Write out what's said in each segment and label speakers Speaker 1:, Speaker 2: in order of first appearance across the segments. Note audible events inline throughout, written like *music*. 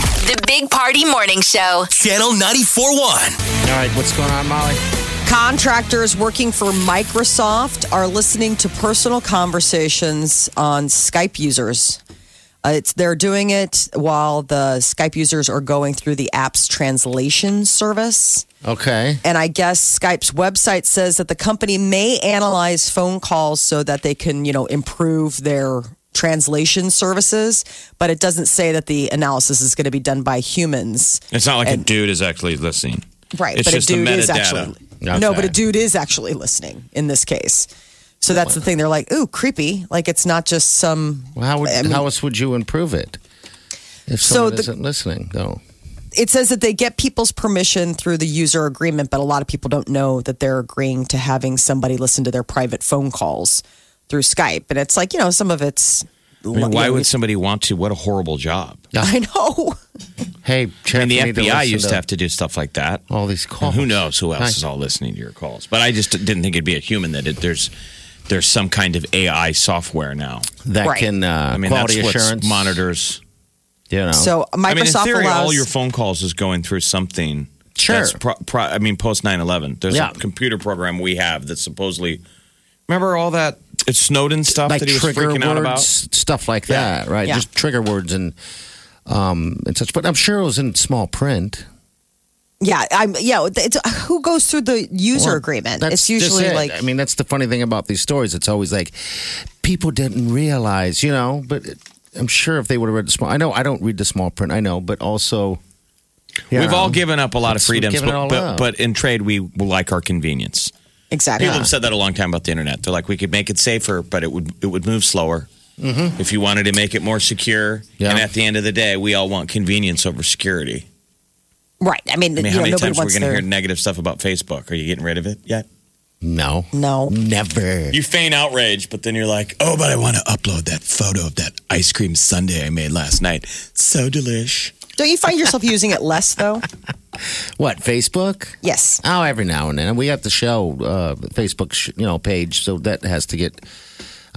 Speaker 1: The Big Party Morning Show.
Speaker 2: Channel 94.1.
Speaker 3: All right, what's going on, Molly?
Speaker 4: Contractors working for Microsoft are listening to personal conversations on Skype users. Uh, it's they're doing it while the Skype users are going through the app's translation service.
Speaker 3: Okay.
Speaker 4: And I guess Skype's website says that the company may analyze phone calls so that they can, you know, improve their translation services, but it doesn't say that the analysis is going to be done by humans.
Speaker 5: It's not like a dude is actually listening.
Speaker 4: Right,
Speaker 5: It's
Speaker 4: but
Speaker 5: just
Speaker 4: a
Speaker 5: the
Speaker 4: dude is
Speaker 5: metadata.
Speaker 4: actually
Speaker 3: Okay.
Speaker 4: no, but a dude is actually listening in this case. So that's the thing. They're like, ooh, creepy. Like it's not just some.
Speaker 3: Well, how would
Speaker 4: I mean-
Speaker 3: how else would you improve it if
Speaker 4: So
Speaker 3: someone
Speaker 4: the-
Speaker 3: isn't listening? Though
Speaker 4: It says that they get people's permission through the user agreement, but a lot of people don't know that they're agreeing to having somebody listen to their private phone calls through Skype. And it's like, you know, some of it's.
Speaker 5: I mean, why would somebody want to? What a horrible job.
Speaker 4: *laughs* I know?
Speaker 3: hey, Jeff,
Speaker 5: I mean, the
Speaker 3: you need to
Speaker 5: FBI
Speaker 3: listen
Speaker 5: used to have to do stuff like that.
Speaker 4: Oh,
Speaker 3: all these
Speaker 5: And
Speaker 3: calls.
Speaker 5: who knows who else
Speaker 3: Right.
Speaker 5: is all listening to your calls? But I just didn't think it'd be a human that it, there's there's some kind of AI software now.
Speaker 3: that
Speaker 4: Right.
Speaker 3: can uh,
Speaker 5: I mean,
Speaker 3: quality
Speaker 5: that's
Speaker 3: assurance
Speaker 5: what monitors.
Speaker 3: You know,
Speaker 4: So Microsoft
Speaker 5: I mean, in theory,
Speaker 4: allows.
Speaker 5: all your phone calls is going through something.
Speaker 3: Sure.
Speaker 5: That's pro- pro- I mean, post 9-11. There's
Speaker 3: Yeah.
Speaker 5: a computer program we have that supposedly. Remember all that it's Snowden stuff
Speaker 3: like
Speaker 5: that he was
Speaker 3: trigger
Speaker 5: freaking
Speaker 3: words,
Speaker 5: out about.
Speaker 3: stuff like
Speaker 5: Yeah.
Speaker 3: that, right?
Speaker 4: Yeah.
Speaker 3: Just trigger words and um and such. But I'm sure it was in small print.
Speaker 4: yeah, I'm. Yeah, it's who goes through the user
Speaker 3: Well,
Speaker 4: agreement.
Speaker 3: that's
Speaker 4: It's
Speaker 3: just
Speaker 4: usually
Speaker 3: it.
Speaker 4: like
Speaker 3: I mean, that's the funny thing about these stories. It's always like people didn't realize, you know. But it, I'm sure if they would have read the small, I know I don't read the small print. I know, but also you
Speaker 5: We've
Speaker 3: know,
Speaker 5: all given up a lot of
Speaker 3: We've
Speaker 5: freedoms,
Speaker 3: given it
Speaker 5: but,
Speaker 3: all
Speaker 5: but,
Speaker 3: up.
Speaker 5: but in trade, we like our convenience.
Speaker 4: exactly.
Speaker 5: People have said that a long time about the internet. They're like, we could make it safer, but it would it would move slower. If you wanted to make it more secure,
Speaker 3: Mm-hmm. Yeah.
Speaker 5: and at the end of the day, we all want convenience over security.
Speaker 4: Right. I mean,
Speaker 5: I mean,
Speaker 4: you
Speaker 5: how
Speaker 4: know,
Speaker 5: many
Speaker 4: nobody
Speaker 5: times are we
Speaker 4: wants
Speaker 5: going to
Speaker 4: their.
Speaker 5: hear negative stuff about Facebook? Are you getting rid of it yet?
Speaker 3: no,
Speaker 4: No.
Speaker 3: never.
Speaker 5: You feign outrage, but then you're like, oh, but I want to upload that photo of that ice cream sundae I made last night. So delish.
Speaker 4: Don't you find yourself using it less
Speaker 3: *laughs*
Speaker 4: though?
Speaker 3: What Facebook?
Speaker 4: Yes.
Speaker 3: Oh, every now and then. And we have the show uh, Facebook, sh- you know, page, so that has to get.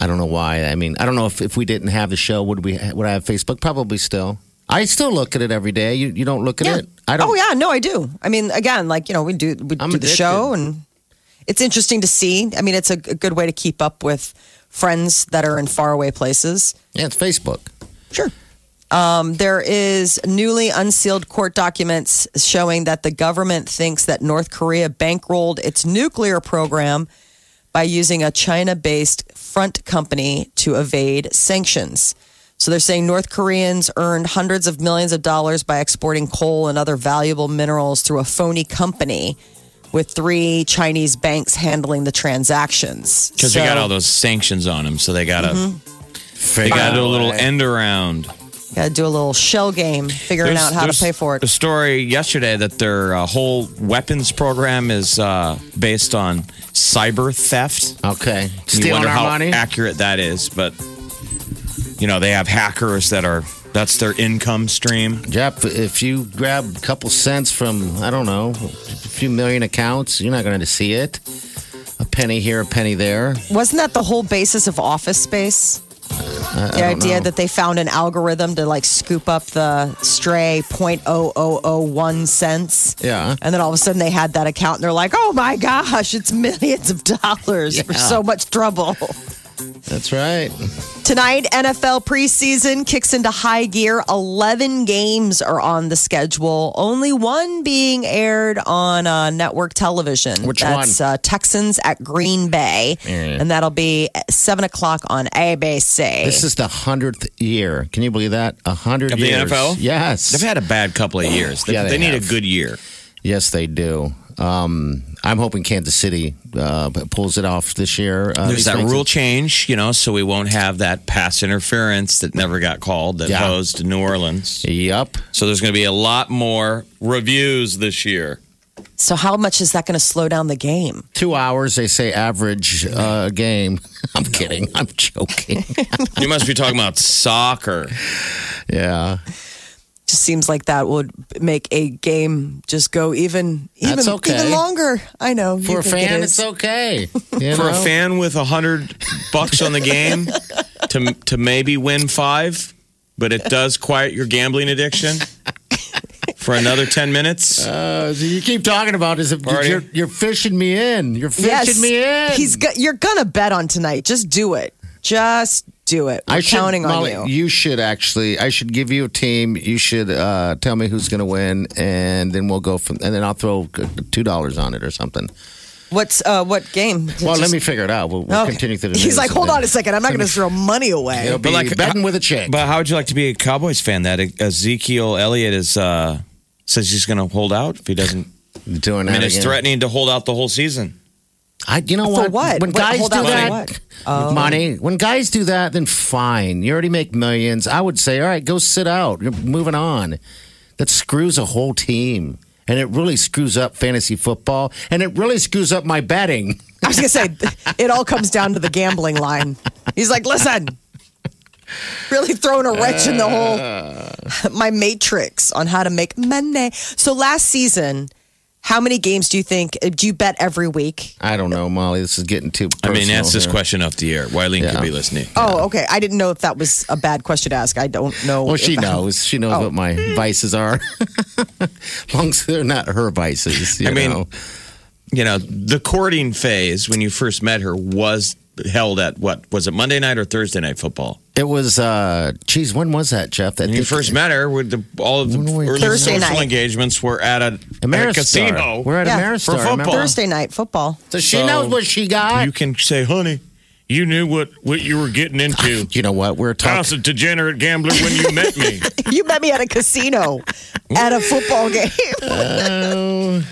Speaker 3: I don't know why. I mean, I don't know if, if we didn't have the show, would we? Would I have Facebook? Probably still. I still look at it every day. You you don't look at it. I don't.
Speaker 4: Oh yeah, no, I do. I mean, again, like you know, we do we
Speaker 3: I'm
Speaker 4: do the
Speaker 3: addicted.
Speaker 4: show, and it's interesting to see. I mean, it's a, a good way to keep up with friends that are in faraway places.
Speaker 3: Yeah, it's Facebook.
Speaker 4: Sure. Um, there is newly unsealed court documents showing that the government thinks that North Korea bankrolled its nuclear program by using a China based front company to evade sanctions. So they're saying North Koreans earned hundreds of millions of dollars by exporting coal and other valuable minerals through a phony company with three Chinese banks handling the transactions.
Speaker 5: Because they got all those sanctions on them, so they got to they got to do a little end around.
Speaker 4: Got to do a little shell game, figuring out how to pay for it.
Speaker 5: The story yesterday that their uh, whole weapons program is uh, based on cyber theft.
Speaker 3: Okay,
Speaker 5: And you
Speaker 3: stealing
Speaker 5: wonder
Speaker 3: our
Speaker 5: how
Speaker 3: money.
Speaker 5: accurate that is, but you know they have hackers that are that's their income stream.
Speaker 3: Jeff, if you grab a couple cents from I don't know, a few million accounts, you're not going to see it. A penny here, a penny there.
Speaker 4: Wasn't that the whole basis of Office Space? the idea that they found an algorithm to like scoop up the stray 0.0001 cents.
Speaker 3: Yeah.
Speaker 4: And then all of a sudden they had that account and they're like, oh my gosh, it's millions of dollars for
Speaker 3: Yeah.
Speaker 4: so much trouble.
Speaker 3: That's right.
Speaker 4: Tonight, NFL preseason kicks into high gear. 11 games are on the schedule, only one being aired on uh, network television.
Speaker 3: Which
Speaker 4: That's
Speaker 3: one?
Speaker 4: Uh, Texans at Green Bay. And that'll be at 7 o'clock on ABC.
Speaker 3: This is the hundredth year. Can you believe that? A hundred
Speaker 5: Of the
Speaker 3: years.
Speaker 5: NFL?
Speaker 3: Yes.
Speaker 5: They've had a bad couple of years. They,
Speaker 3: Yeah, they
Speaker 5: they need
Speaker 3: have.
Speaker 5: a good year.
Speaker 3: Yes, they do. Um, I'm hoping Kansas City uh, pulls it off this year. Uh,
Speaker 5: There's
Speaker 3: these
Speaker 5: that
Speaker 3: things-
Speaker 5: rule change, you know, so we won't have that pass interference that never got called that
Speaker 3: Yeah.
Speaker 5: posed New Orleans.
Speaker 3: Yep.
Speaker 5: So there's going to be a lot more reviews this year.
Speaker 4: So how much is that going to slow down the game?
Speaker 3: Two hours, they say, average uh, game. *laughs* I'm kidding. I'm joking. *laughs*
Speaker 5: You must be talking about soccer.
Speaker 3: yeah.
Speaker 4: Just seems like that would make a game just go even even,
Speaker 3: That's okay.
Speaker 4: even longer. I know you
Speaker 3: For a
Speaker 4: think it
Speaker 3: fan,
Speaker 4: is.
Speaker 3: it's
Speaker 4: *laughs*
Speaker 3: okay. You
Speaker 5: For a
Speaker 3: know?
Speaker 5: fan with a hundred bucks on the game to to maybe win five, but it does quiet your gambling addiction for another ten minutes.
Speaker 3: Uh, so you keep talking about is if
Speaker 5: Party.
Speaker 3: you're, you're fishing me in. You're fishing
Speaker 4: yes,
Speaker 3: me in.
Speaker 4: He's go- you're gonna bet on tonight. Just do it. Just do it. We're
Speaker 3: should-
Speaker 4: counting on
Speaker 3: Molly,
Speaker 4: you.
Speaker 3: should actually. I should give you a team. You should uh, tell me who's going to win, and then we'll go from. And then I'll throw two dollars on it or something.
Speaker 4: What's uh, what game?
Speaker 3: Well, let me figure it out. We'll, we'll
Speaker 4: Okay.
Speaker 3: continue through the.
Speaker 4: oh, He's
Speaker 3: news
Speaker 4: like,
Speaker 3: and
Speaker 4: hold
Speaker 3: then
Speaker 4: on a second. I'm not going to throw money away.
Speaker 3: It'll be
Speaker 5: But like-
Speaker 3: betting with a chick.
Speaker 5: But how would you like to be a Cowboys fan? That E-, Ezekiel Elliott is uh, says he's going to hold out if he doesn't.
Speaker 3: Doing
Speaker 5: I
Speaker 3: that
Speaker 5: mean, it's
Speaker 3: again.
Speaker 5: threatening to hold out the whole season.
Speaker 3: I, you know
Speaker 4: For
Speaker 3: what?
Speaker 4: what?
Speaker 3: When
Speaker 4: What-
Speaker 3: guys
Speaker 4: hold
Speaker 3: do
Speaker 4: out for
Speaker 3: that,
Speaker 4: what? Oh.
Speaker 3: money. When guys do that, then fine. You already make millions. I would say, all right, go sit out. You're moving on. That screws a whole team, and it really screws up fantasy football, and it really screws up my betting.
Speaker 4: I was going to say, *laughs* it all comes down to the gambling line. He's like, listen, really throwing a wrench in the whole
Speaker 3: Uh.
Speaker 4: *laughs* my matrix on how to make money. So last season, how many games do you think? uh, Do you bet every week?
Speaker 3: I don't know, Molly. This is getting too.
Speaker 5: I
Speaker 3: Personal
Speaker 5: mean, that's this
Speaker 3: here.
Speaker 5: question off the air. Wileen
Speaker 3: Yeah.
Speaker 5: could be listening.
Speaker 4: Oh, okay. I didn't know if that was a bad question to ask. I don't know.
Speaker 3: Well,
Speaker 4: if *laughs*
Speaker 3: she
Speaker 4: I-
Speaker 3: knows. She knows
Speaker 4: *laughs*
Speaker 3: what my vices are. *laughs* As long as they're not her vices. You
Speaker 5: I mean,
Speaker 3: know.
Speaker 5: You know, the courting phase when you first met her was held at what was it Monday night or Thursday night football?
Speaker 3: it was. uh Geez, when was that, Jeff? That
Speaker 5: When you
Speaker 3: think-
Speaker 5: first met her, with the, all of the
Speaker 3: When we-
Speaker 5: early
Speaker 4: Thursday
Speaker 5: social
Speaker 4: night.
Speaker 5: engagements were at a, at a
Speaker 3: Ameristar.
Speaker 5: casino.
Speaker 3: We're at
Speaker 4: Yeah.
Speaker 3: Ameristar.
Speaker 5: For
Speaker 3: remember?
Speaker 5: football.
Speaker 4: Thursday night football. *laughs*
Speaker 3: So she
Speaker 5: So-
Speaker 3: knows what she got.
Speaker 5: You can say, "Honey, you knew what what you were getting into."
Speaker 3: You know what? We're
Speaker 5: I was
Speaker 3: talking.
Speaker 5: a degenerate gambler when you met me.
Speaker 4: *laughs* You met me at a casino at a football game.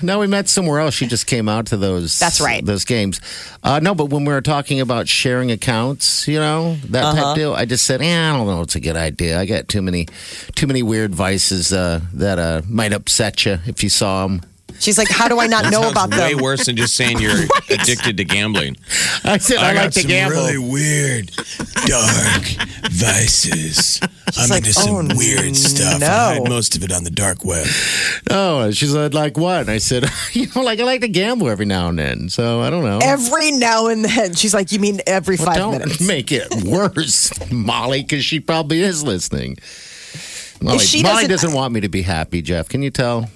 Speaker 3: No, we met somewhere else. She just came out to those.
Speaker 4: That's right.
Speaker 3: Those games. Uh, no, but when we were talking about sharing accounts, you know that type deal, I just said, eh, I don't know. It's a good idea. I got too many, too many weird vices uh, that uh, might upset you if you saw them.
Speaker 4: She's like, how do I not know
Speaker 5: Sounds
Speaker 4: about
Speaker 5: way
Speaker 4: them?
Speaker 5: worse than just saying
Speaker 4: *laughs*
Speaker 5: you're addicted to gambling.
Speaker 3: I said I, like to gamble.
Speaker 2: weird, dark vices. I'm
Speaker 4: like, into some "Oh, weird stuff. I no. hide
Speaker 2: most of it on the dark web.
Speaker 3: oh, she said like what? And I said, *laughs* you know, like I like to gamble every now and then. So I don't know.
Speaker 4: Every now and then. She's like, you mean every
Speaker 3: Well,
Speaker 4: five
Speaker 3: don't
Speaker 4: minutes?
Speaker 3: make it
Speaker 4: *laughs*
Speaker 3: worse, Molly, because she probably is listening. Molly,
Speaker 4: she
Speaker 3: Molly
Speaker 4: doesn't-
Speaker 3: doesn't want me to be happy, Jeff. Can you tell?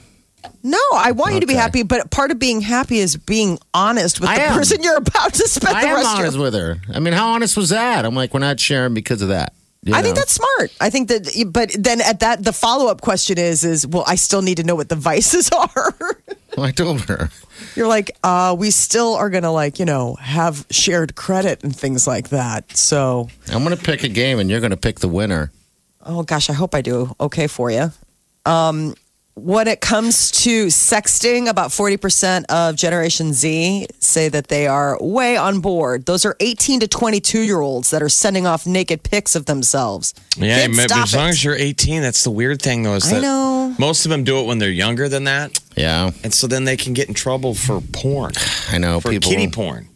Speaker 4: No, I want you to be
Speaker 3: Okay.
Speaker 4: happy, but part of being happy is being honest with
Speaker 3: I
Speaker 4: the
Speaker 3: am.
Speaker 4: person you're about to spend
Speaker 3: I
Speaker 4: the
Speaker 3: am
Speaker 4: rest of
Speaker 3: honest
Speaker 4: your
Speaker 3: with her. I mean, how honest was that? I'm like, we're not sharing because of that. you
Speaker 4: I think
Speaker 3: know?
Speaker 4: that's smart. I think that, but then at that, the follow up question is, is well, I still need to know what the vices *laughs* are.
Speaker 3: Well, *laughs* I told her.
Speaker 4: You're like, uh, we still are gonna like, you know, have shared credit and things like that. So,
Speaker 3: I'm going to pick a game and you're going to pick the winner.
Speaker 4: oh gosh, I hope I do okay for you. Um, when it comes to sexting, about 40% of Generation Z say that they are way on board. Those are 18 to 22 year olds that are sending off naked pics of themselves.
Speaker 5: Yeah,
Speaker 4: Kids,
Speaker 5: ma-
Speaker 4: stop
Speaker 5: as long
Speaker 4: it.
Speaker 5: as you're 18, that's the weird thing though. Is
Speaker 4: I
Speaker 5: that
Speaker 4: know.
Speaker 5: most of them do it when they're younger than that,
Speaker 3: Yeah,
Speaker 5: and so then they can get in trouble for
Speaker 4: *sighs*
Speaker 5: porn,
Speaker 3: I know.
Speaker 5: for
Speaker 3: people.
Speaker 5: kitty porn.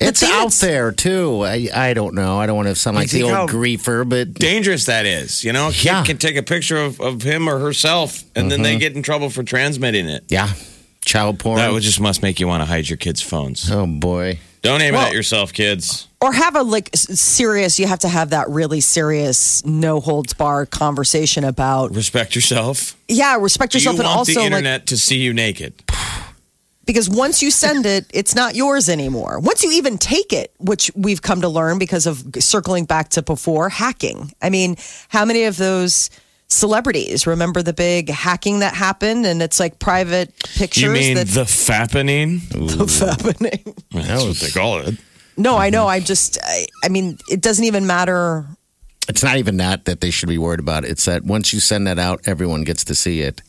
Speaker 3: It's
Speaker 4: But
Speaker 3: out
Speaker 4: that's-
Speaker 3: there, too. I, I don't know. I don't want to sound like the
Speaker 5: think
Speaker 3: old
Speaker 5: how-
Speaker 3: griefer, but
Speaker 5: Dangerous that is. You know, a kid
Speaker 3: Yeah.
Speaker 5: can take a picture of, of him or herself, and then
Speaker 4: Mm-hmm.
Speaker 5: they get in trouble for transmitting it.
Speaker 3: yeah, child porn.
Speaker 5: That would just must make you want to hide your kids' phones.
Speaker 3: oh, boy.
Speaker 5: Don't aim it
Speaker 4: Well-
Speaker 5: at yourself, kids.
Speaker 4: or have a like s- serious you have to have that really serious no holds bar conversation about
Speaker 5: Respect yourself.
Speaker 4: yeah respect
Speaker 5: Do you
Speaker 4: yourself
Speaker 5: want
Speaker 4: and also
Speaker 5: the
Speaker 4: like
Speaker 5: internet to see you naked?
Speaker 4: because once you send it it's not yours anymore once you even take it which we've come to learn because of circling back to before hacking i mean how many of those celebrities remember the big hacking that happened and it's like private pictures
Speaker 5: you mean
Speaker 4: that *laughs*
Speaker 5: the fappening?
Speaker 4: that's happening
Speaker 5: That's what they call it.
Speaker 4: no i know i just I, I mean it doesn't even matter
Speaker 3: it's not even that that they should be worried about. It's that once you send that out, everyone gets to see it.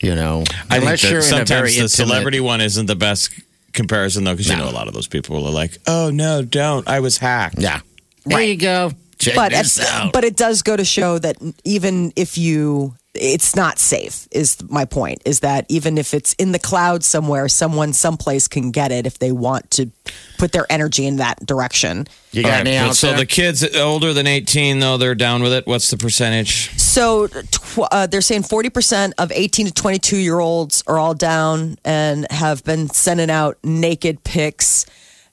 Speaker 3: You know,
Speaker 5: I think
Speaker 3: unless
Speaker 5: that
Speaker 3: you're in a
Speaker 5: sometimes
Speaker 3: very
Speaker 5: the
Speaker 3: intimate-
Speaker 5: celebrity one isn't the best comparison though, because you know a lot of those people are like, "Oh no, don't! I was hacked."
Speaker 3: Yeah. There you go. Check
Speaker 4: but
Speaker 3: this
Speaker 4: at-
Speaker 3: out.
Speaker 4: but it does go to show that even if you it's not safe is my point is that even if it's in the cloud somewhere someone someplace can get it if they want to put their energy in that direction
Speaker 3: you
Speaker 5: All
Speaker 3: got
Speaker 5: right,
Speaker 3: any
Speaker 5: but
Speaker 3: out
Speaker 5: so
Speaker 3: there?
Speaker 5: the kids older than 18 though they're down with it. What's the percentage?
Speaker 4: so tw- uh, they're saying 40% of 18 to 22 year olds are all down and have been sending out naked pics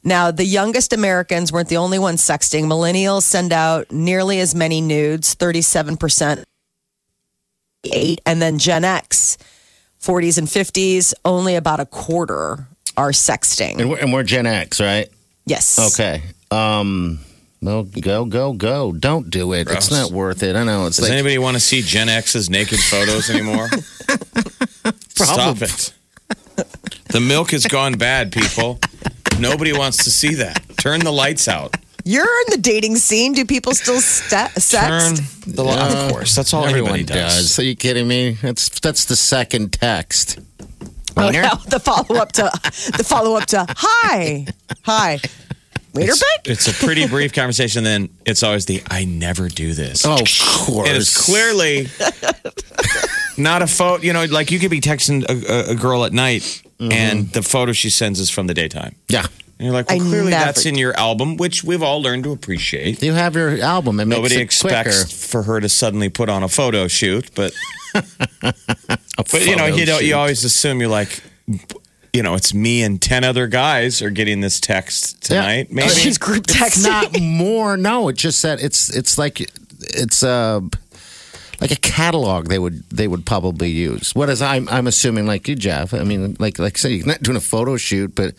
Speaker 4: now the youngest americans weren't the only ones sexting millennials send out nearly as many nudes 37% eight, and then Gen X, 40s and 50s, only about a quarter are sexting.
Speaker 3: and, we're, and we're Gen X, right?
Speaker 4: Yes.
Speaker 3: Okay. Um. Well, go, go, go. Don't do it. It's not worth it. I know. It's
Speaker 5: Does
Speaker 3: like,
Speaker 5: anybody want to see Gen X's naked photos anymore?
Speaker 3: *laughs*
Speaker 5: Stop
Speaker 3: Probably.
Speaker 5: it. The milk has gone bad, people. Nobody wants to see that. Turn the lights out.
Speaker 4: You're in the dating scene. Do people still st-
Speaker 5: Turn
Speaker 4: sext?
Speaker 5: the light. of course, that's all
Speaker 3: everyone
Speaker 5: anybody does.
Speaker 3: does. Are you kidding me? That's that's the second text.
Speaker 4: Oh, yeah, the follow up to the follow up to hi, hi, waiter back.
Speaker 5: It's a pretty brief conversation. Then it's always the I never do this.
Speaker 3: Oh, of course.
Speaker 5: And it's
Speaker 3: *laughs*
Speaker 5: clearly not a photo. You know, like you could be texting a, a, a girl at night,
Speaker 3: Mm-hmm.
Speaker 5: and the photo she sends is from the daytime.
Speaker 3: Yeah.
Speaker 5: And you're like, well,
Speaker 4: I
Speaker 5: clearly
Speaker 4: never-
Speaker 5: that's in your album, which we've all learned to appreciate.
Speaker 3: You have your album. It
Speaker 5: Nobody
Speaker 3: makes it
Speaker 5: expects
Speaker 3: quicker.
Speaker 5: for her to suddenly put on a photo shoot,
Speaker 3: *laughs*
Speaker 5: but but you know, you don't, you always assume you're like, you know, it's me and ten other guys are getting this text
Speaker 3: Yeah.
Speaker 5: tonight.
Speaker 3: But
Speaker 5: Maybe
Speaker 4: Oh, She's group
Speaker 3: It's
Speaker 4: texting.
Speaker 3: not more. No, it's just that it's it's like it's uh like a catalog they would they would probably use. Whereas I'm I'm assuming like you, Jeff. I mean, like like I said, you're not doing a photo shoot, but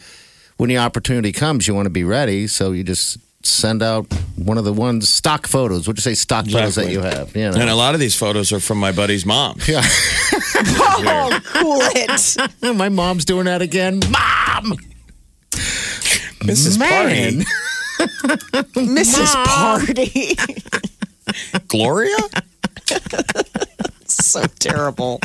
Speaker 3: when the opportunity comes, you want to be ready. So you just send out one of the ones stock photos. Would you say stock photos that
Speaker 5: Exactly.
Speaker 3: you have? You know.
Speaker 5: and a lot of these photos are from my buddy's mom.
Speaker 3: yeah.
Speaker 4: oh, cool it.
Speaker 3: My mom's doing that again. Mom,
Speaker 5: Mrs. Party.
Speaker 3: *laughs* man,
Speaker 4: Mrs. Party. *laughs*
Speaker 5: Gloria?
Speaker 4: so terrible.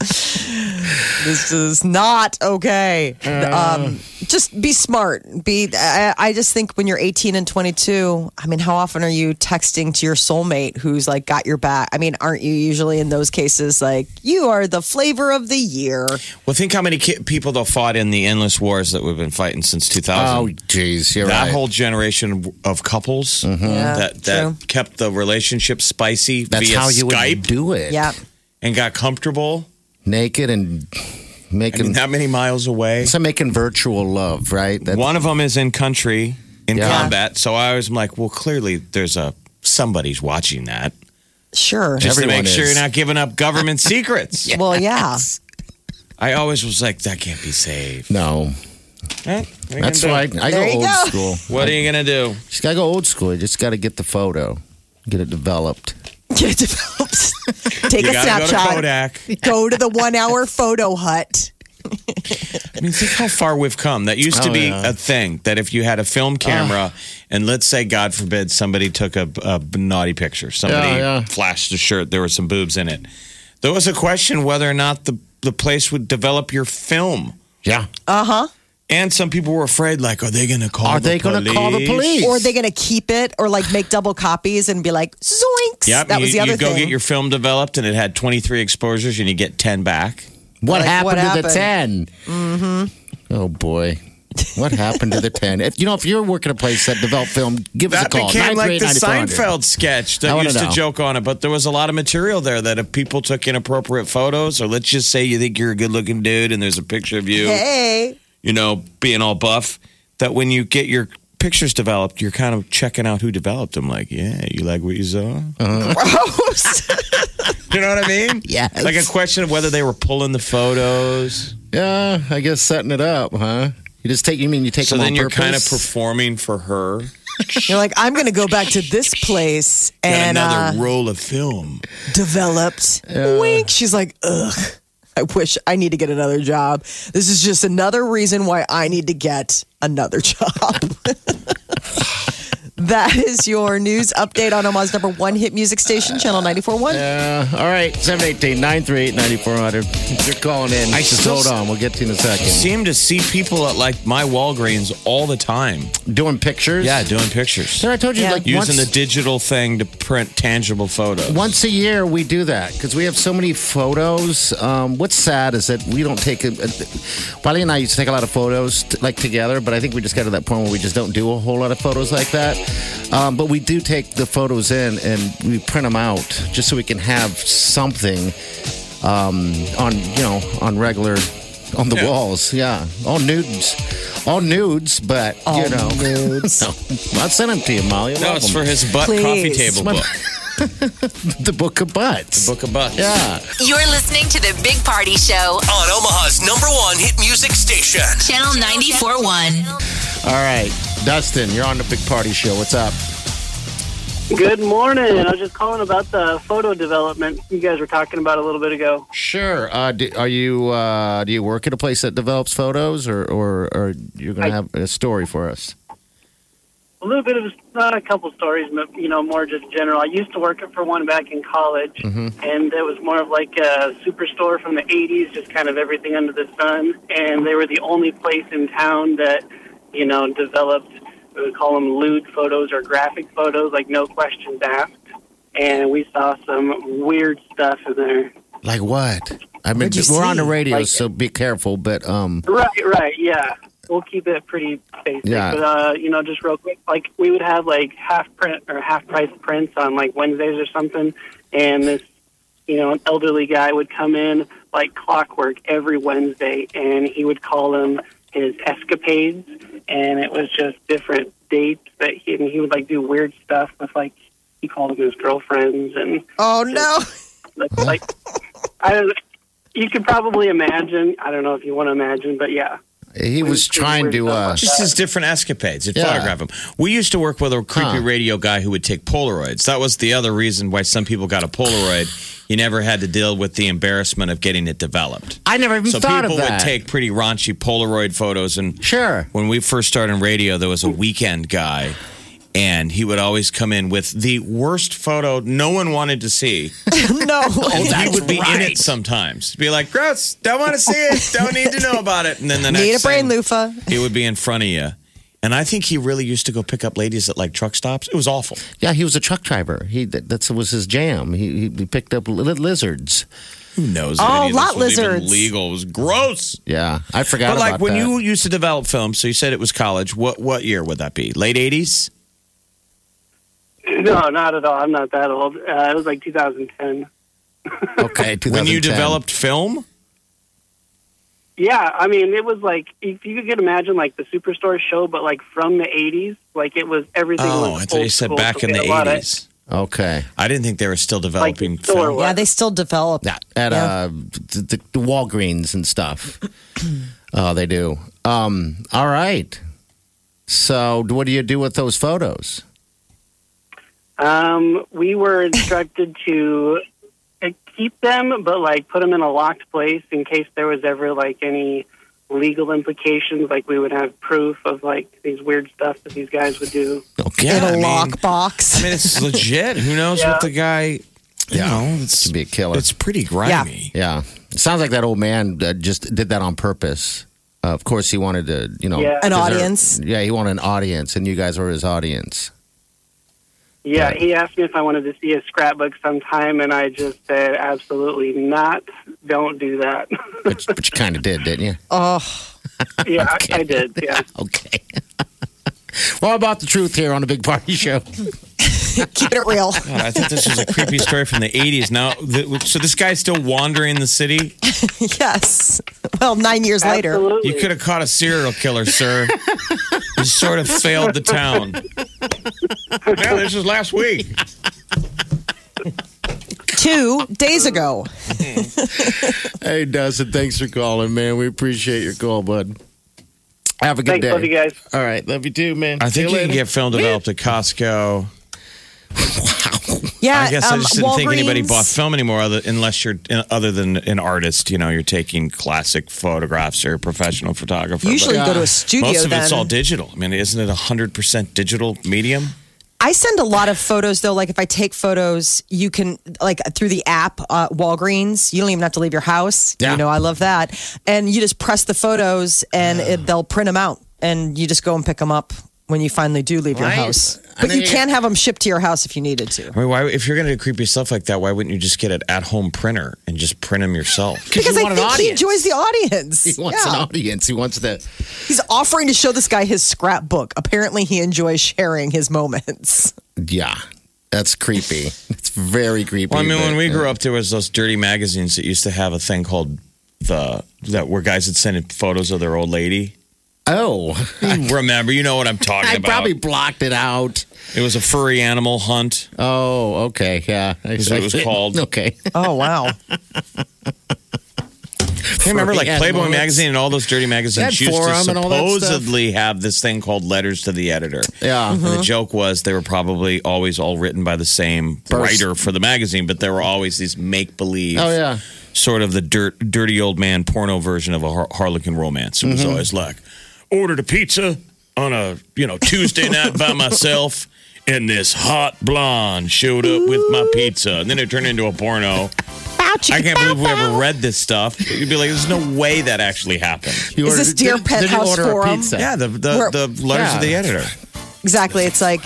Speaker 4: this is not okay.
Speaker 5: Uh.
Speaker 4: um, just be smart. Be. I, I just think when you're 18 and 22, I mean, how often are you texting to your soulmate who's like got your back? I mean, aren't you usually in those cases like you are the flavor of the year?
Speaker 5: Well, think how many ki- people they fought in the endless wars that we've been fighting since 2000.
Speaker 3: Oh, jeez, you're
Speaker 5: that
Speaker 3: right. Mm-hmm.
Speaker 5: whole generation of couples
Speaker 4: Yeah,
Speaker 5: that that
Speaker 4: true.
Speaker 5: kept the relationship spicy
Speaker 3: That's
Speaker 5: via
Speaker 3: how you
Speaker 5: Skype
Speaker 3: would do it.
Speaker 4: Yeah.
Speaker 5: and got comfortable.
Speaker 3: naked and
Speaker 5: I
Speaker 3: making
Speaker 5: mean, that many miles away.
Speaker 3: So making virtual love, right? That,
Speaker 5: One of them is in country in
Speaker 3: Yeah.
Speaker 5: combat, so I always am like, well, clearly there's a somebody's watching that
Speaker 4: Sure.
Speaker 5: just to
Speaker 3: Everyone
Speaker 5: make sure
Speaker 3: is.
Speaker 5: you're not giving up
Speaker 3: *laughs*
Speaker 5: government secrets.
Speaker 4: Well, yeah.
Speaker 5: I always was like, that can't be safe.
Speaker 3: no,
Speaker 5: Eh, what are you
Speaker 3: that's
Speaker 5: gonna
Speaker 3: why
Speaker 5: do?
Speaker 3: I, I go
Speaker 4: There you
Speaker 3: old
Speaker 4: go.
Speaker 3: school.
Speaker 5: What are you gonna do?
Speaker 3: Just gotta go old school. You just gotta get the photo, get it developed.
Speaker 4: *laughs* Get it developed. Take
Speaker 5: You
Speaker 4: a
Speaker 5: gotta go to
Speaker 4: snapshot.
Speaker 5: Kodak.
Speaker 4: go to the one hour photo hut.
Speaker 5: I mean, think how far we've come. That used to
Speaker 3: Oh,
Speaker 5: be
Speaker 3: yeah.
Speaker 5: a thing that if you had a film camera, and let's say, God forbid, somebody took a, a naughty picture, somebody
Speaker 3: Yeah, yeah.
Speaker 5: flashed a shirt, there were some boobs in it. There was a question whether or not the, the place would develop your film.
Speaker 3: Yeah.
Speaker 4: Oh,
Speaker 5: And some people were afraid, like, are they going to call
Speaker 3: Are
Speaker 5: the
Speaker 3: they
Speaker 5: police?
Speaker 3: gonna call the police?
Speaker 4: Or are they going to keep it or like make double copies and be like, zoinks?
Speaker 5: Yep,
Speaker 4: that
Speaker 5: you,
Speaker 4: was the other
Speaker 5: you go
Speaker 4: thing.
Speaker 5: get your film developed, and it had 23 exposures, and you get 10 back.
Speaker 3: What
Speaker 4: Like,
Speaker 3: happened
Speaker 4: what
Speaker 3: to the
Speaker 4: happened?
Speaker 3: 10 Mm-hmm. Oh boy. What happened to the ten? If you know, if you're working a place that develop film, give us a
Speaker 5: That
Speaker 3: call.
Speaker 5: became like the
Speaker 3: 938-9400.
Speaker 5: Seinfeld sketch
Speaker 3: I
Speaker 5: that
Speaker 3: wanna
Speaker 5: used to
Speaker 3: know.
Speaker 5: joke on it, but there was a lot of material there that if people took inappropriate photos, or let's just say you think you're a good looking dude and there's a picture of you,
Speaker 4: hey. *laughs*
Speaker 5: you know, being all buff, that when you get your pictures developed, you're kind of checking out who developed them. Like, yeah, you like what you saw?
Speaker 3: *laughs*
Speaker 4: Gross.
Speaker 5: You know what I mean?
Speaker 3: *laughs* Yes.
Speaker 5: Like a question of whether they were pulling the photos.
Speaker 3: Yeah, I guess setting it up, huh? You just take. You mean you take
Speaker 5: So
Speaker 3: them
Speaker 5: then
Speaker 3: on
Speaker 5: you're kind of
Speaker 3: purpose?
Speaker 5: performing for her.
Speaker 4: You're like, I'm going to go back to this place
Speaker 5: Got
Speaker 4: and
Speaker 5: another
Speaker 4: uh,
Speaker 5: roll of film.
Speaker 4: developed. Wink. She's like, ugh. I wish I need to get another job. This is just *laughs* another reason why I need to get another job. That is your news update on Omaha's number one hit music station, Channel 94.1.
Speaker 3: Uh, all right, 718 938 9400. You're calling in.
Speaker 5: I
Speaker 3: Just
Speaker 5: still-
Speaker 3: hold on. We'll get to you in a second.
Speaker 5: Seem to see people at like my Walgreens all the time.
Speaker 3: Doing pictures?
Speaker 5: Yeah, doing pictures.
Speaker 3: Sir, I told you,
Speaker 4: Yeah.
Speaker 3: like,
Speaker 5: Using
Speaker 3: once,
Speaker 5: the digital thing to print tangible photos.
Speaker 3: once a year we do that because we have so many photos. Um, what's sad is that we don't take. A, a, Wiley and I used to take a lot of photos t- like together, but I think we just got to that point where we just don't do a whole lot of photos like that. Um, but we do take the photos in and we print them out just so we can have something um, on you know on regular. On the
Speaker 5: Yeah.
Speaker 3: walls, yeah. All nudes. All nudes, but, you know.
Speaker 4: nudes.
Speaker 5: *laughs*
Speaker 3: No, *laughs* I'll send them to you, Molly.
Speaker 5: No, it's for
Speaker 3: his
Speaker 5: his butt
Speaker 4: Please.
Speaker 5: coffee table
Speaker 3: My-
Speaker 5: book.
Speaker 3: *laughs* the book of butts.
Speaker 5: Book of butts.
Speaker 3: yeah.
Speaker 1: You're listening to the Big Party Show,
Speaker 6: On Omaha's number one hit music station.
Speaker 1: Channel 94.1.
Speaker 3: All right, Dustin, you're on the big party show. What's up?
Speaker 7: Good morning. I was just calling about the photo development you guys were talking about a little bit ago.
Speaker 3: Sure. Uh, do, are you? Uh, do you work at a place that develops photos, or or, or you're gonna
Speaker 7: I-
Speaker 3: have a story for us?
Speaker 7: A little bit of not a couple stories, but you know, more just general. I used to work for one back in college, and it was more of like a superstore from the '80s, just kind of everything under the sun. And they were the only place in town that you know developed. We would call them lewd photos or graphic photos, like no questions asked. And we saw some weird stuff in there.
Speaker 3: Like what? I mean,
Speaker 4: What'd you
Speaker 3: we're on the
Speaker 4: see?
Speaker 3: radio,
Speaker 7: Like-
Speaker 3: so be careful. But um,
Speaker 7: Right, right, yeah. We'll keep it pretty basic.
Speaker 3: Yeah.
Speaker 7: But, uh, you know, just real quick, like, we would have, like, half print or half price prints on, like, Wednesdays or something. And this, you know, an elderly guy would come in, like, clockwork every Wednesday, and he would call them his escapades. And it was just different dates that he, and he would, like, do weird stuff with, like, he called them his girlfriends and
Speaker 4: Oh, no. *laughs*
Speaker 7: like, like I don't. You could probably imagine. I don't know if you want to imagine, but yeah.
Speaker 3: he was trying to. Uh,
Speaker 5: Just his different escapades. He'd
Speaker 3: Yeah.
Speaker 5: photograph them. We used to work with a creepy
Speaker 3: Huh.
Speaker 5: radio guy who would take Polaroids. That was the other reason why some people got a Polaroid. You never had to deal with the embarrassment of getting it developed.
Speaker 3: I never even
Speaker 5: So
Speaker 3: thought
Speaker 5: people
Speaker 3: of
Speaker 5: would
Speaker 3: that.
Speaker 5: take pretty raunchy Polaroid photos. And
Speaker 3: Sure.
Speaker 5: when we first started in radio, there
Speaker 7: Hmm.
Speaker 5: was a weekend guy, and he would always come in with the worst photo no one wanted to
Speaker 4: *laughs*
Speaker 5: see.
Speaker 4: No.
Speaker 5: he Oh, would be in it sometimes. Be like, gross, don't want to see it, don't need to know about it. And then the next
Speaker 4: *laughs* Need a brain
Speaker 5: thing,
Speaker 4: loofah.
Speaker 5: It would be in front of you. And I think he really used to go pick up ladies at like truck stops. It was awful.
Speaker 3: yeah, he was a truck driver. He that that's, was his jam. He, he picked up li- lizards.
Speaker 5: Who knows? if
Speaker 4: Oh,
Speaker 5: any of this
Speaker 4: lot
Speaker 5: was even
Speaker 4: lizards.
Speaker 5: legal. It was gross.
Speaker 3: Yeah, I forgot.
Speaker 5: But like
Speaker 3: about
Speaker 5: when
Speaker 3: that.
Speaker 5: you used to develop films, so you said it was college. What what year would that be? Late eighties?
Speaker 3: uh,
Speaker 7: No, not at all. I'm not that old. Uh, it was like 2010.
Speaker 3: *laughs* okay
Speaker 5: When you
Speaker 3: 2010.
Speaker 5: developed film?
Speaker 7: Yeah, I mean, it was like if you could imagine like the Superstore show, but like from the 80s. Like it was everything.
Speaker 5: Oh,
Speaker 7: was
Speaker 5: I thought you
Speaker 7: old
Speaker 5: said
Speaker 7: school,
Speaker 5: back
Speaker 7: so
Speaker 5: in
Speaker 7: we
Speaker 5: the
Speaker 7: had a lot of-
Speaker 5: eighties.
Speaker 3: Okay.
Speaker 5: I didn't think they were still developing
Speaker 7: the store
Speaker 5: film.
Speaker 7: was.
Speaker 4: Yeah, they still develop.
Speaker 3: Yeah, at
Speaker 4: Yeah.
Speaker 3: uh the, the Walgreens and stuff. *clears throat* oh, they do. Um, all right. So, what do you do with those photos?
Speaker 7: Um, we were instructed to uh, keep them, but like put them in a locked place in case there was ever like any legal implications. Like we would have proof of like these weird stuff that these guys would do.
Speaker 3: Okay.
Speaker 4: in a
Speaker 5: I mean-
Speaker 4: lockbox.
Speaker 5: I mean, it's legit. Who knows
Speaker 7: Yeah.
Speaker 5: what the guy? You
Speaker 3: Yeah.
Speaker 5: know, it's
Speaker 3: To be a killer.
Speaker 5: it's pretty grimy.
Speaker 3: yeah. It sounds like that old man uh, just did that on purpose. Uh, of course, he wanted to, you know,
Speaker 7: Yeah.
Speaker 4: An
Speaker 3: 'cause they're-
Speaker 4: audience.
Speaker 3: Yeah, he wanted an audience, and you guys were his audience.
Speaker 7: Yeah, he asked me if I wanted to see a scrapbook sometime, and I just said absolutely not. Don't do that. *laughs*
Speaker 3: But, but you kind of did, didn't you?
Speaker 4: Oh,
Speaker 7: yeah,
Speaker 3: *laughs*
Speaker 7: I, I did. Yeah.
Speaker 3: Okay. *laughs* well, about the truth here on the Big Party
Speaker 7: *laughs*
Speaker 3: Show.
Speaker 4: keep it real. *laughs*
Speaker 5: God, I thought this was a *laughs* creepy story from the '80s. Now, th so this guy's still wandering the city.
Speaker 4: yes. Well, nine years later.
Speaker 7: Absolutely.
Speaker 5: You could have caught a serial killer, sir. you sort of failed the town. Yeah, this is last week.
Speaker 4: Two days ago.
Speaker 3: Hey, Dustin, thanks for calling, man. We appreciate your call, bud. Have a good
Speaker 7: Thanks,
Speaker 3: day.
Speaker 7: love you guys.
Speaker 3: All right, love you too, man.
Speaker 5: I think
Speaker 3: See
Speaker 5: you can
Speaker 3: later.
Speaker 5: get film developed at Costco.
Speaker 4: Yeah.
Speaker 5: I guess I
Speaker 4: um,
Speaker 5: just didn't think anybody
Speaker 4: Walgreens.
Speaker 5: bought film anymore, other, unless you're other than an artist. You know, you're taking classic photographs or a professional photographer. but-
Speaker 4: Usually you go to a studio
Speaker 5: Most of
Speaker 4: then.
Speaker 5: it's all digital. I mean, isn't it hundred percent digital medium?
Speaker 4: I send a lot of photos though. Like if I take photos, you can like through the app, uh, Walgreens. You don't even have to leave your house.
Speaker 3: Yeah.
Speaker 4: You know, I love that. And you just press the photos, and it, they'll print them out, and you just go and pick them up when you finally do leave your
Speaker 3: Right.
Speaker 4: house.
Speaker 3: I
Speaker 4: But you
Speaker 3: think-
Speaker 4: can have them shipped to your house if you needed to.
Speaker 5: I mean, why if you're going to do creepy stuff like that, why wouldn't you just get an at-home printer and just print them
Speaker 4: *laughs*
Speaker 5: yourself?
Speaker 4: Because
Speaker 3: you
Speaker 4: I
Speaker 3: want an
Speaker 4: think he
Speaker 3: audience.
Speaker 4: enjoys the audience.
Speaker 3: He wants
Speaker 4: Yeah.
Speaker 3: an audience. He wants the.
Speaker 4: He's offering to show this guy his scrapbook. Apparently, he enjoys sharing his moments.
Speaker 3: Yeah, that's creepy. It's very creepy.
Speaker 5: Well, I mean, when
Speaker 3: but-
Speaker 5: we grew up, there was those dirty magazines that used to have a thing called the that where guys would send in photos of their old lady.
Speaker 3: oh,
Speaker 4: Hmm.
Speaker 5: Remember, you know what I'm
Speaker 4: *laughs*
Speaker 5: talking
Speaker 3: I
Speaker 5: about.
Speaker 3: probably blocked it out.
Speaker 5: It was a furry animal hunt.
Speaker 3: Oh, okay, yeah.
Speaker 5: Is what it
Speaker 3: *laughs*
Speaker 5: was called. *laughs*
Speaker 3: Okay,
Speaker 4: Oh wow!
Speaker 5: I remember like
Speaker 3: Furry
Speaker 5: Playboy
Speaker 3: animals.
Speaker 5: magazine and all those dirty magazines
Speaker 3: They
Speaker 5: used
Speaker 3: had
Speaker 5: to
Speaker 3: Forum and all that stuff.
Speaker 5: supposedly have this thing called letters to the editor.
Speaker 3: yeah. Mm-hmm.
Speaker 5: And the joke was they were probably always all written by the same writer for the magazine, but there were always these make believe,
Speaker 3: Oh yeah.
Speaker 5: sort of the dirt, dirty old man porno version of a har- Harlequin romance. It
Speaker 3: Mm-hmm.
Speaker 5: was always like, ordered a pizza on a you know
Speaker 3: *laughs*
Speaker 5: Tuesday night by myself, and this hot blonde showed up with my pizza, and then it turned into a porno. I can't believe we
Speaker 4: *laughs*
Speaker 5: ever read this stuff. You'd be like, there's no way that actually happened.
Speaker 3: You
Speaker 4: Is this
Speaker 3: ordered-
Speaker 4: Dear
Speaker 3: did- did you
Speaker 4: Penthouse
Speaker 3: order a
Speaker 4: Forum?
Speaker 3: pizza?
Speaker 5: Yeah, the the,
Speaker 4: Where-
Speaker 5: the letters of the
Speaker 3: Yeah.
Speaker 5: editor.
Speaker 4: Exactly. It's like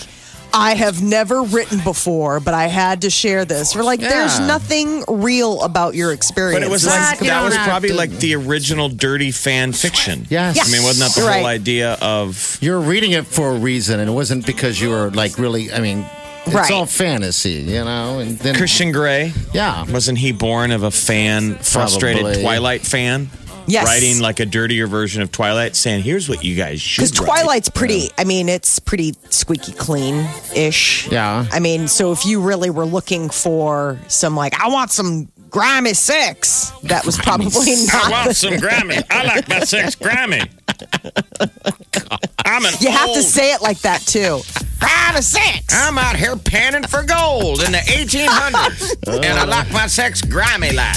Speaker 4: I have never written before, but I had to share this. We're like, there's
Speaker 3: Yeah.
Speaker 4: nothing real about your experience.
Speaker 5: But it was
Speaker 4: This
Speaker 5: like
Speaker 4: is
Speaker 5: that was
Speaker 3: don't have
Speaker 5: probably
Speaker 3: to-
Speaker 5: like the original dirty fan fiction.
Speaker 3: Yes.
Speaker 5: I mean, wasn't that the
Speaker 4: You're
Speaker 5: whole
Speaker 4: right.
Speaker 5: idea of
Speaker 3: You're reading it for a reason, and it wasn't because you were like really. I mean, it's
Speaker 4: Right.
Speaker 3: all fantasy, you know. And then
Speaker 5: Christian Grey?
Speaker 3: yeah,
Speaker 5: Wasn't he born of a fan, frustrated
Speaker 3: Probably.
Speaker 5: Twilight fan?
Speaker 4: Yes.
Speaker 5: Writing like a dirtier version of Twilight, saying, here's what you guys should
Speaker 4: because
Speaker 5: write."
Speaker 4: Twilight's pretty. I mean, it's pretty squeaky clean ish.
Speaker 3: Yeah.
Speaker 4: I mean, so if you really were looking for some, like, I want some grimy sex, that was probably
Speaker 5: I
Speaker 4: not.
Speaker 5: want some Grammy. I like my sex
Speaker 4: *laughs*
Speaker 5: Grammy. I'm an
Speaker 4: You have to
Speaker 5: old-
Speaker 4: say it like that too. Grimy sex.
Speaker 5: I'm out here panning for gold in the
Speaker 3: *laughs*
Speaker 5: 1800s, and I like my sex grimy like.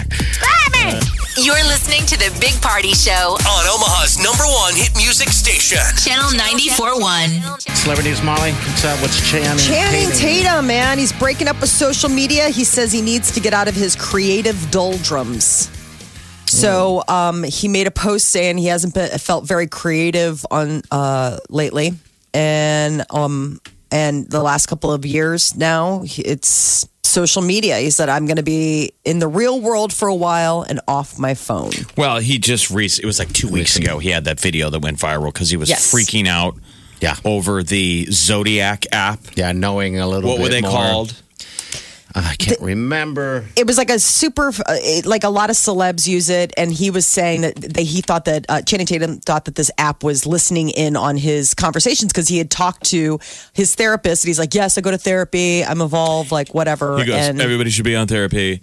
Speaker 1: You're listening to the Big Party Show,
Speaker 6: On Omaha's number one hit music station.
Speaker 1: Channel 94.1.
Speaker 3: celebrities, Molly. What's up? What's Channing?
Speaker 4: Channing
Speaker 3: Tatum?
Speaker 4: Tatum, man, he's breaking up with social media. He says he needs to get out of his creative doldrums. So um, he made a post saying he hasn't been, felt very creative on uh, lately, and um, and the last couple of years now he- it's social media. He said, "I'm going to be in the real world for a while and off my phone."
Speaker 5: Well, he just recently, it was like two weeks ago, he had that video that went viral because he was
Speaker 4: Yes.
Speaker 5: freaking out
Speaker 3: Yeah.
Speaker 5: over the Zodiac app.
Speaker 3: Yeah, knowing a little.
Speaker 5: What
Speaker 3: bit
Speaker 5: were they
Speaker 3: more.
Speaker 5: called?
Speaker 3: I can't remember.
Speaker 4: it was like a super, uh, it- like a lot of celebs use it, and he was saying that they, he thought that uh, Channing Tatum thought that this app was listening in on his conversations because he had talked to his therapist, and he's like, "Yes, I go to therapy. I'm evolved, like whatever."
Speaker 3: Uh,
Speaker 5: He goes,
Speaker 4: *laughs* and
Speaker 5: everybody should be on therapy.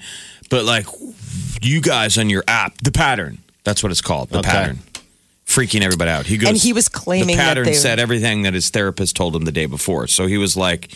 Speaker 5: But like you guys on your app, the pattern. That's what it's called. The
Speaker 3: Okay.
Speaker 5: pattern. Freaking everybody out. He goes
Speaker 4: And he was claiming
Speaker 5: the
Speaker 4: that
Speaker 5: pattern
Speaker 4: they-
Speaker 5: said everything that his therapist told him the day before. So he was like,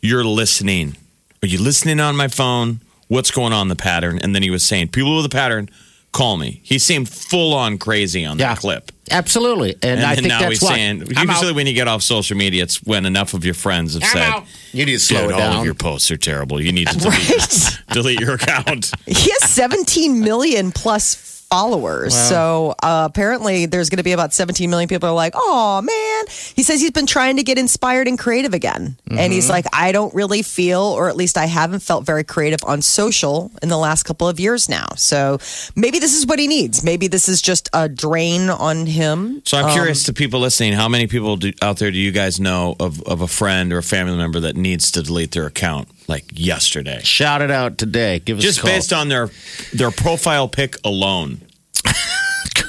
Speaker 5: You're listening. Are you listening on my phone? What's going on in the pattern? And then he was saying, People with the pattern, call me. He seemed full on crazy on
Speaker 3: Yeah.
Speaker 5: that clip.
Speaker 3: Absolutely, and,
Speaker 5: And,
Speaker 3: I
Speaker 5: then
Speaker 3: think
Speaker 5: now
Speaker 3: that's
Speaker 5: he's
Speaker 3: why.
Speaker 5: saying
Speaker 3: I'm out.
Speaker 5: usually when you get off social media, it's when enough of your friends have said
Speaker 3: You need to slow
Speaker 5: Dude,
Speaker 3: it
Speaker 5: All of
Speaker 3: down.
Speaker 5: your posts are terrible. You
Speaker 3: *laughs*
Speaker 5: need to delete, *laughs* delete your account.
Speaker 4: he has 17 million plus followers. So uh, apparently, there's going to be about 17 million people are like, "Oh man!" He says he's been trying to get inspired and creative again, and he's like, "I don't really feel, or at least I haven't felt very creative on social in the last couple of years now." So maybe this is what he needs. Maybe this is just a drain on him.
Speaker 5: So I'm curious to people listening, how many people do, out there do you guys know of, of a friend or a family member that needs to delete their account like yesterday?
Speaker 3: Shout it out today. Give us a
Speaker 5: Just
Speaker 3: call.
Speaker 5: based on their their profile pic alone.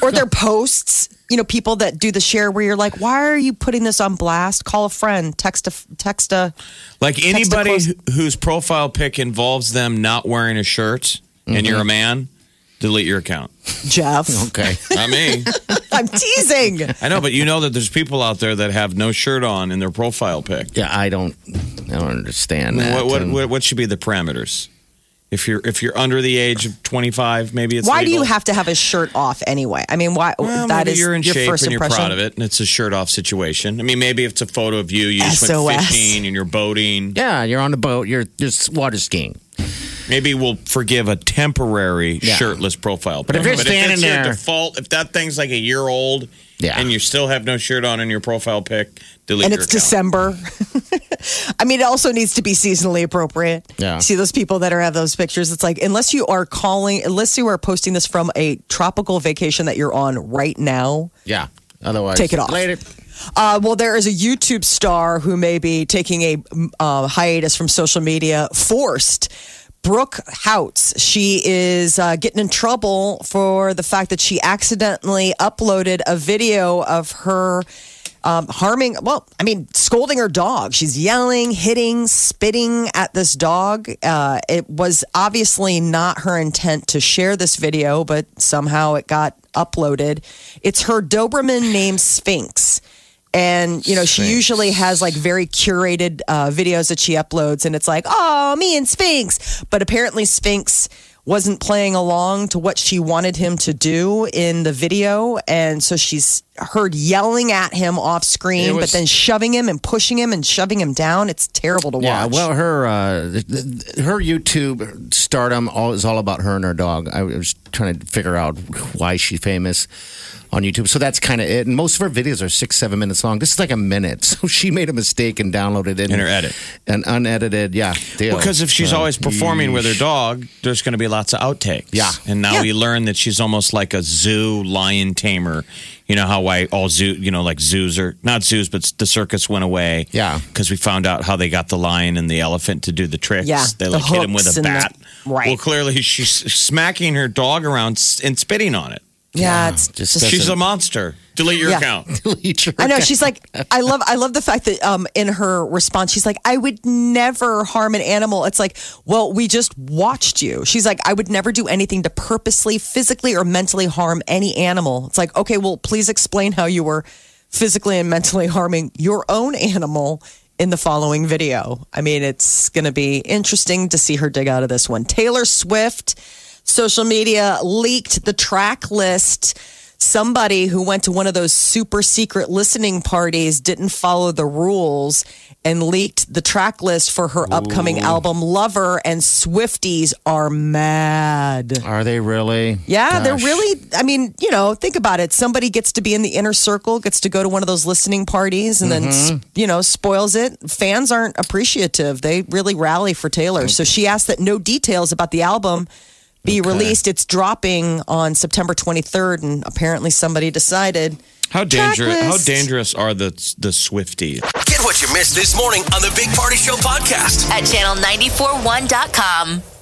Speaker 4: or their posts. You know, people that do the share where you're like, "Why are you putting this on blast?" Call a friend, text a text a.
Speaker 5: Like
Speaker 4: a
Speaker 5: anybody
Speaker 4: close-
Speaker 5: wh- whose profile pic involves them not wearing a shirt and you're a man,
Speaker 4: Mm-hmm.
Speaker 5: delete your account.
Speaker 4: Jeff,
Speaker 3: *laughs* *laughs* okay.
Speaker 5: Not
Speaker 4: *laughs*
Speaker 5: me.
Speaker 4: I'm teasing.
Speaker 5: I know, but you know that there's people out there that have no shirt on in their profile pic.
Speaker 3: Yeah, I don't. I don't understand that.
Speaker 5: What, what,
Speaker 3: And
Speaker 5: what, what should be the parameters? If you're if you're under the age of 25, maybe it's
Speaker 4: why do you
Speaker 5: legal.
Speaker 4: have to have a shirt off anyway? I mean, why
Speaker 5: Well,
Speaker 4: that
Speaker 5: maybe
Speaker 4: is
Speaker 5: you're in
Speaker 4: your
Speaker 5: shape
Speaker 4: first
Speaker 5: and you're
Speaker 4: impression.
Speaker 5: proud of it, and it's a shirt off situation. I mean, maybe if it's a photo of you, you just went
Speaker 4: SOS.
Speaker 5: fishing and you're boating.
Speaker 3: Yeah, you're on the boat. You're you're water skiing.
Speaker 5: Maybe we'll forgive a temporary
Speaker 3: Yeah.
Speaker 5: shirtless profile.
Speaker 3: But if
Speaker 5: pic.
Speaker 3: you're standing
Speaker 5: it's your
Speaker 3: there-
Speaker 5: default, if that thing's like a year old,
Speaker 3: Yeah.
Speaker 5: and you still have no shirt on in your profile pic, delete.
Speaker 4: and
Speaker 5: your
Speaker 4: it's
Speaker 5: account.
Speaker 4: December. *laughs* I mean, it also needs to be seasonally appropriate.
Speaker 3: Yeah.
Speaker 4: See those people that are have those pictures. It's like unless you are calling, unless you are posting this from a tropical vacation that you're on right now.
Speaker 3: Yeah. Otherwise,
Speaker 4: Take it off.
Speaker 3: Later.
Speaker 4: Uh, well, there is a YouTube star who may be taking a mm, uh, hiatus from social media, forced. Brooke Houts. She is uh, getting in trouble for the fact that she accidentally uploaded a video of her um, harming, well, I mean, scolding her dog. She's yelling, hitting, spitting at this dog. Uh, it was obviously not her intent to share this video, but somehow it got uploaded. It's her Doberman named Sphinx and you know she usually has like very curated uh, videos that she uploads and it's like oh me and sphinx but apparently sphinx wasn't playing along to what she wanted him to do in the video and so she's heard yelling at him off screen
Speaker 3: It
Speaker 4: but
Speaker 3: was-
Speaker 4: then shoving him and pushing him and shoving him down it's terrible to watch
Speaker 3: Yeah. Well, her uh, th- th- her YouTube stardom all, is all about her and her dog. I was trying to figure out why she's famous on YouTube. So that's kind of it. And most of her videos are six, seven minutes long. This is like a minute. *laughs* So she made a mistake and downloaded it
Speaker 5: In her edit.
Speaker 3: an unedited. Yeah. Deal.
Speaker 5: Because if she's
Speaker 3: So,
Speaker 5: always performing with her
Speaker 3: *laughs*
Speaker 5: dog, there's going to be lots of outtakes.
Speaker 3: Yeah.
Speaker 5: And now
Speaker 4: Yeah.
Speaker 5: we learn that she's almost like a zoo lion tamer. You know how I all zoo, you know, like zoos are not zoos, but the circus went away.
Speaker 3: Yeah.
Speaker 5: Because we found out how they got the lion and the elephant to do the tricks.
Speaker 4: Yeah,
Speaker 5: They
Speaker 4: the
Speaker 5: like hit him with
Speaker 4: hooks
Speaker 5: a
Speaker 4: and the-
Speaker 5: bat.
Speaker 4: right.
Speaker 5: Well, clearly she's smacking her dog around s- and spitting on it.
Speaker 4: yeah it's
Speaker 3: just
Speaker 4: just
Speaker 5: She's a monster. Delete your
Speaker 4: Yeah.
Speaker 5: account.
Speaker 3: delete your
Speaker 4: I know
Speaker 3: account.
Speaker 4: she's like I love I love the fact that um in her response she's like I would never harm an animal. It's like, well, we just watched you. She's like I would never do anything to purposely physically or mentally harm any animal. It's like, okay, well, please explain how you were physically and mentally harming your own animal in the following video. I mean, it's going to be interesting to see her dig out of this one. Taylor Swift social media leaked the track list somebody who went to one of those super secret listening parties didn't follow the rules and leaked the track list for her upcoming album Lover and Swifties are mad.
Speaker 3: Are they really?
Speaker 4: Yeah, they're
Speaker 3: Gosh.
Speaker 4: really I mean, you know, think about it. Somebody gets to be in the inner circle, gets to go to one of those listening parties and then you know, spoils it. Fans aren't appreciative. They really rally for Taylor. So she asked that no details about the album be released. It's dropping on September 23rd and apparently somebody decided
Speaker 5: How
Speaker 4: Track
Speaker 5: dangerous? How
Speaker 4: list.
Speaker 5: dangerous are the the Swifties?
Speaker 6: Get what you missed this morning on the Big Party Show podcast.
Speaker 1: at channel941.com.